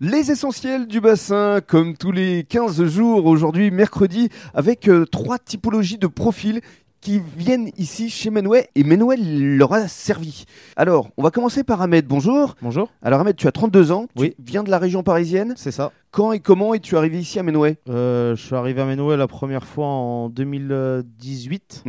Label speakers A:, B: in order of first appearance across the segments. A: Les essentiels du bassin, comme tous les 15 jours, aujourd'hui mercredi, avec euh, trois typologies de profils qui viennent ici chez Menouet et Menouet leur a servi. Alors, on va commencer par Ahmed, bonjour.
B: Bonjour.
A: Alors Ahmed, tu as 32 ans, tu
B: Oui.
A: viens de la région parisienne.
B: C'est ça.
A: Quand et comment es-tu arrivé ici à Menouet
B: Euh, je suis arrivé à Menoué la première fois en 2018.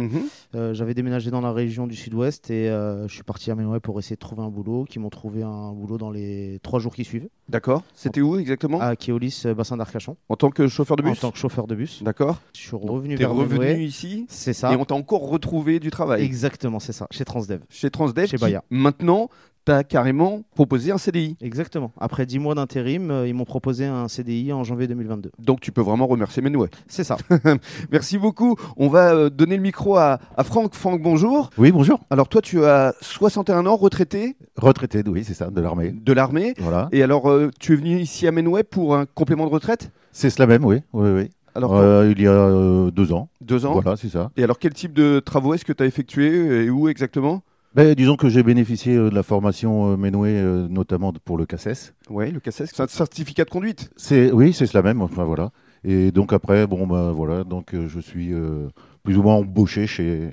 B: Euh, J'avais déménagé dans la région du sud-ouest et euh, je suis parti à Menoué pour essayer de trouver un boulot. Qui m'ont trouvé un boulot dans les trois jours qui suivent
A: D'accord. C'était où exactement
B: à Keolis, euh, bassin d'Arcachon,
A: En tant que chauffeur de
B: en
A: bus
B: tant que chauffeur de bus.
A: D'accord.
B: Je suis revenu
A: T'es
B: vers
A: revenu
B: Menoué.
A: ici
B: C'est ça.
A: et on t'a encore retrouvé du travail
B: Exactement, c'est ça. Chez Transdev.
A: chez Transdev.
B: Chez
A: qui,
B: Bayer.
A: maintenant, t'as carrément proposé un CDI.
B: Exactement. Après 10 mois d'intérim, euh, ils m'ont proposé un CDI en janvier 2022.
A: Donc tu peux vraiment remercier Menouet.
B: C'est ça.
A: Merci beaucoup. On va euh, donner le micro à, à Franck. Franck, bonjour.
C: Oui, bonjour.
A: Alors toi, tu as 61 ans, retraité
C: Retraité, oui, c'est ça, de l'armée.
A: de l'armée.
C: Voilà.
A: Et alors, euh, tu es venu ici à Menouet pour un complément de retraite
C: C'est cela même, oui. oui, oui.
A: Alors,
C: Euh, il y a euh, deux ans.
A: deux ans.
C: Voilà, c'est ça.
A: Et alors, quel type de travaux est-ce que tu as effectué euh, et où exactement
C: Ben, disons que j'ai bénéficié euh, de la formation euh, Ménoué, euh, notamment de- pour le CACES.
A: Oui, le CACES, c'est un certificat de conduite.
C: C'est, oui, c'est cela même, enfin voilà. Et donc après, bon, ben voilà, donc euh, je suis euh, plus ou moins embauché chez.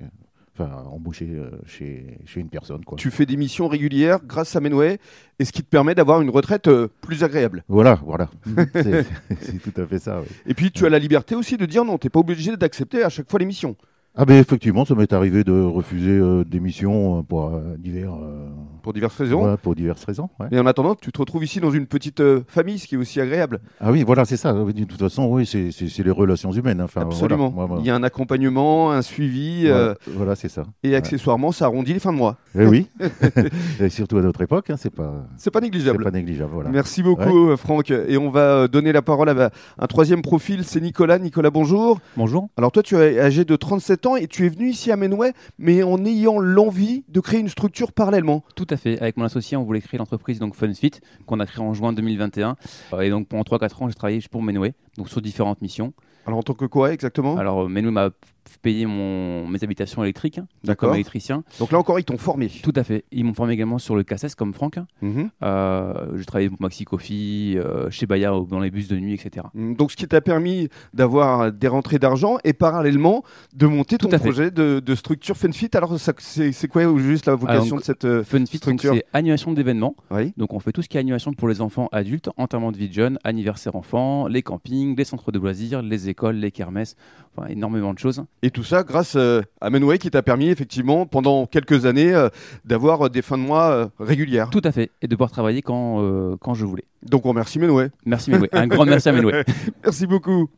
C: Enfin, embauché euh, chez, chez une personne, quoi.
A: Tu fais des missions régulières grâce à Menouet, et ce qui te permet d'avoir une retraite euh, plus agréable.
C: Voilà, voilà. c'est, c'est tout à fait ça, oui.
A: Et puis tu as la liberté aussi de dire non, t'es pas obligé d'accepter à chaque fois l'émission.
C: Ah ben effectivement, ça m'est arrivé de refuser euh, des missions euh, pour euh, divers, euh,
A: Pour diverses raisons.
C: voilà, pour diverses raisons. ouais.
A: Et en attendant, tu te retrouves ici dans une petite euh, famille, ce qui est aussi agréable.
C: Ah oui, voilà, c'est ça. Oui, De toute façon, oui, c'est- c'est c'est les relations humaines. hein. Enfin,
A: Absolument.
C: Voilà, Moi, moi,
A: Il y a un accompagnement, un suivi,
C: voilà,
A: euh,
C: voilà, c'est ça.
A: et accessoirement, ça arrondit les fins de mois.
C: Et oui. Et surtout à notre époque, hein, c'est pas,
A: C'est pas
C: c'est
A: négligeable.
C: pas négligeable. Voilà.
A: Merci beaucoup, euh, Franck. Et on va euh, donner la parole à un troisième profil, c'est Nicolas. Nicolas, bonjour.
D: Bonjour.
A: Alors toi, tu es âgé de 37 ans et tu es venu ici à Menouet, mais en ayant l'envie de créer une structure parallèlement.
D: Tout à fait. Avec mon associé, on voulait créer l'entreprise donc FunFit qu'on a créée en juin 2021. Euh, Et donc pendant 3-4 ans, j'ai travaillé pour Menoué, donc sur différentes missions.
A: Alors en tant que quoi exactement
D: Alors euh, Menoué m'a f- payé mon, mes habitations électriques hein, comme
A: D'accord.
D: électricien.
A: Donc là encore, ils t'ont formé.
D: Tout à fait. Ils m'ont formé également sur le CASS comme Franck.
A: Mhm.
D: Euh, j'ai travaillé pour Maxi Coffee, euh, chez Bayard ou dans les bus de nuit, etc.
A: Mm, Donc, ce qui t'a permis d'avoir des rentrées d'argent et parallèlement de monter
D: Tout
A: ton
D: à fait.
A: projet de, de structure FunFit. Alors, ça, c'est c'est quoi au juste la vocation
D: Ah, donc-
A: de cette. euh,
D: FunFit, donc,
A: Structure.
D: c'est animation d'événements.
A: Oui.
D: Donc on fait tout ce qui est animation pour les enfants adultes, enterrement de vie de jeunes, anniversaire enfant, les campings, les centres de loisirs, les écoles, les kermesses, enfin énormément de choses.
A: Et tout ça grâce euh, à Menway qui t'a permis, effectivement, pendant quelques années, euh, d'avoir euh, des fins de mois euh, régulières.
D: Tout à fait, et de pouvoir travailler quand, euh, quand je voulais.
A: Donc, on remercie Menway.
D: Merci Menoué, un grand merci à Menoué.
A: Merci beaucoup.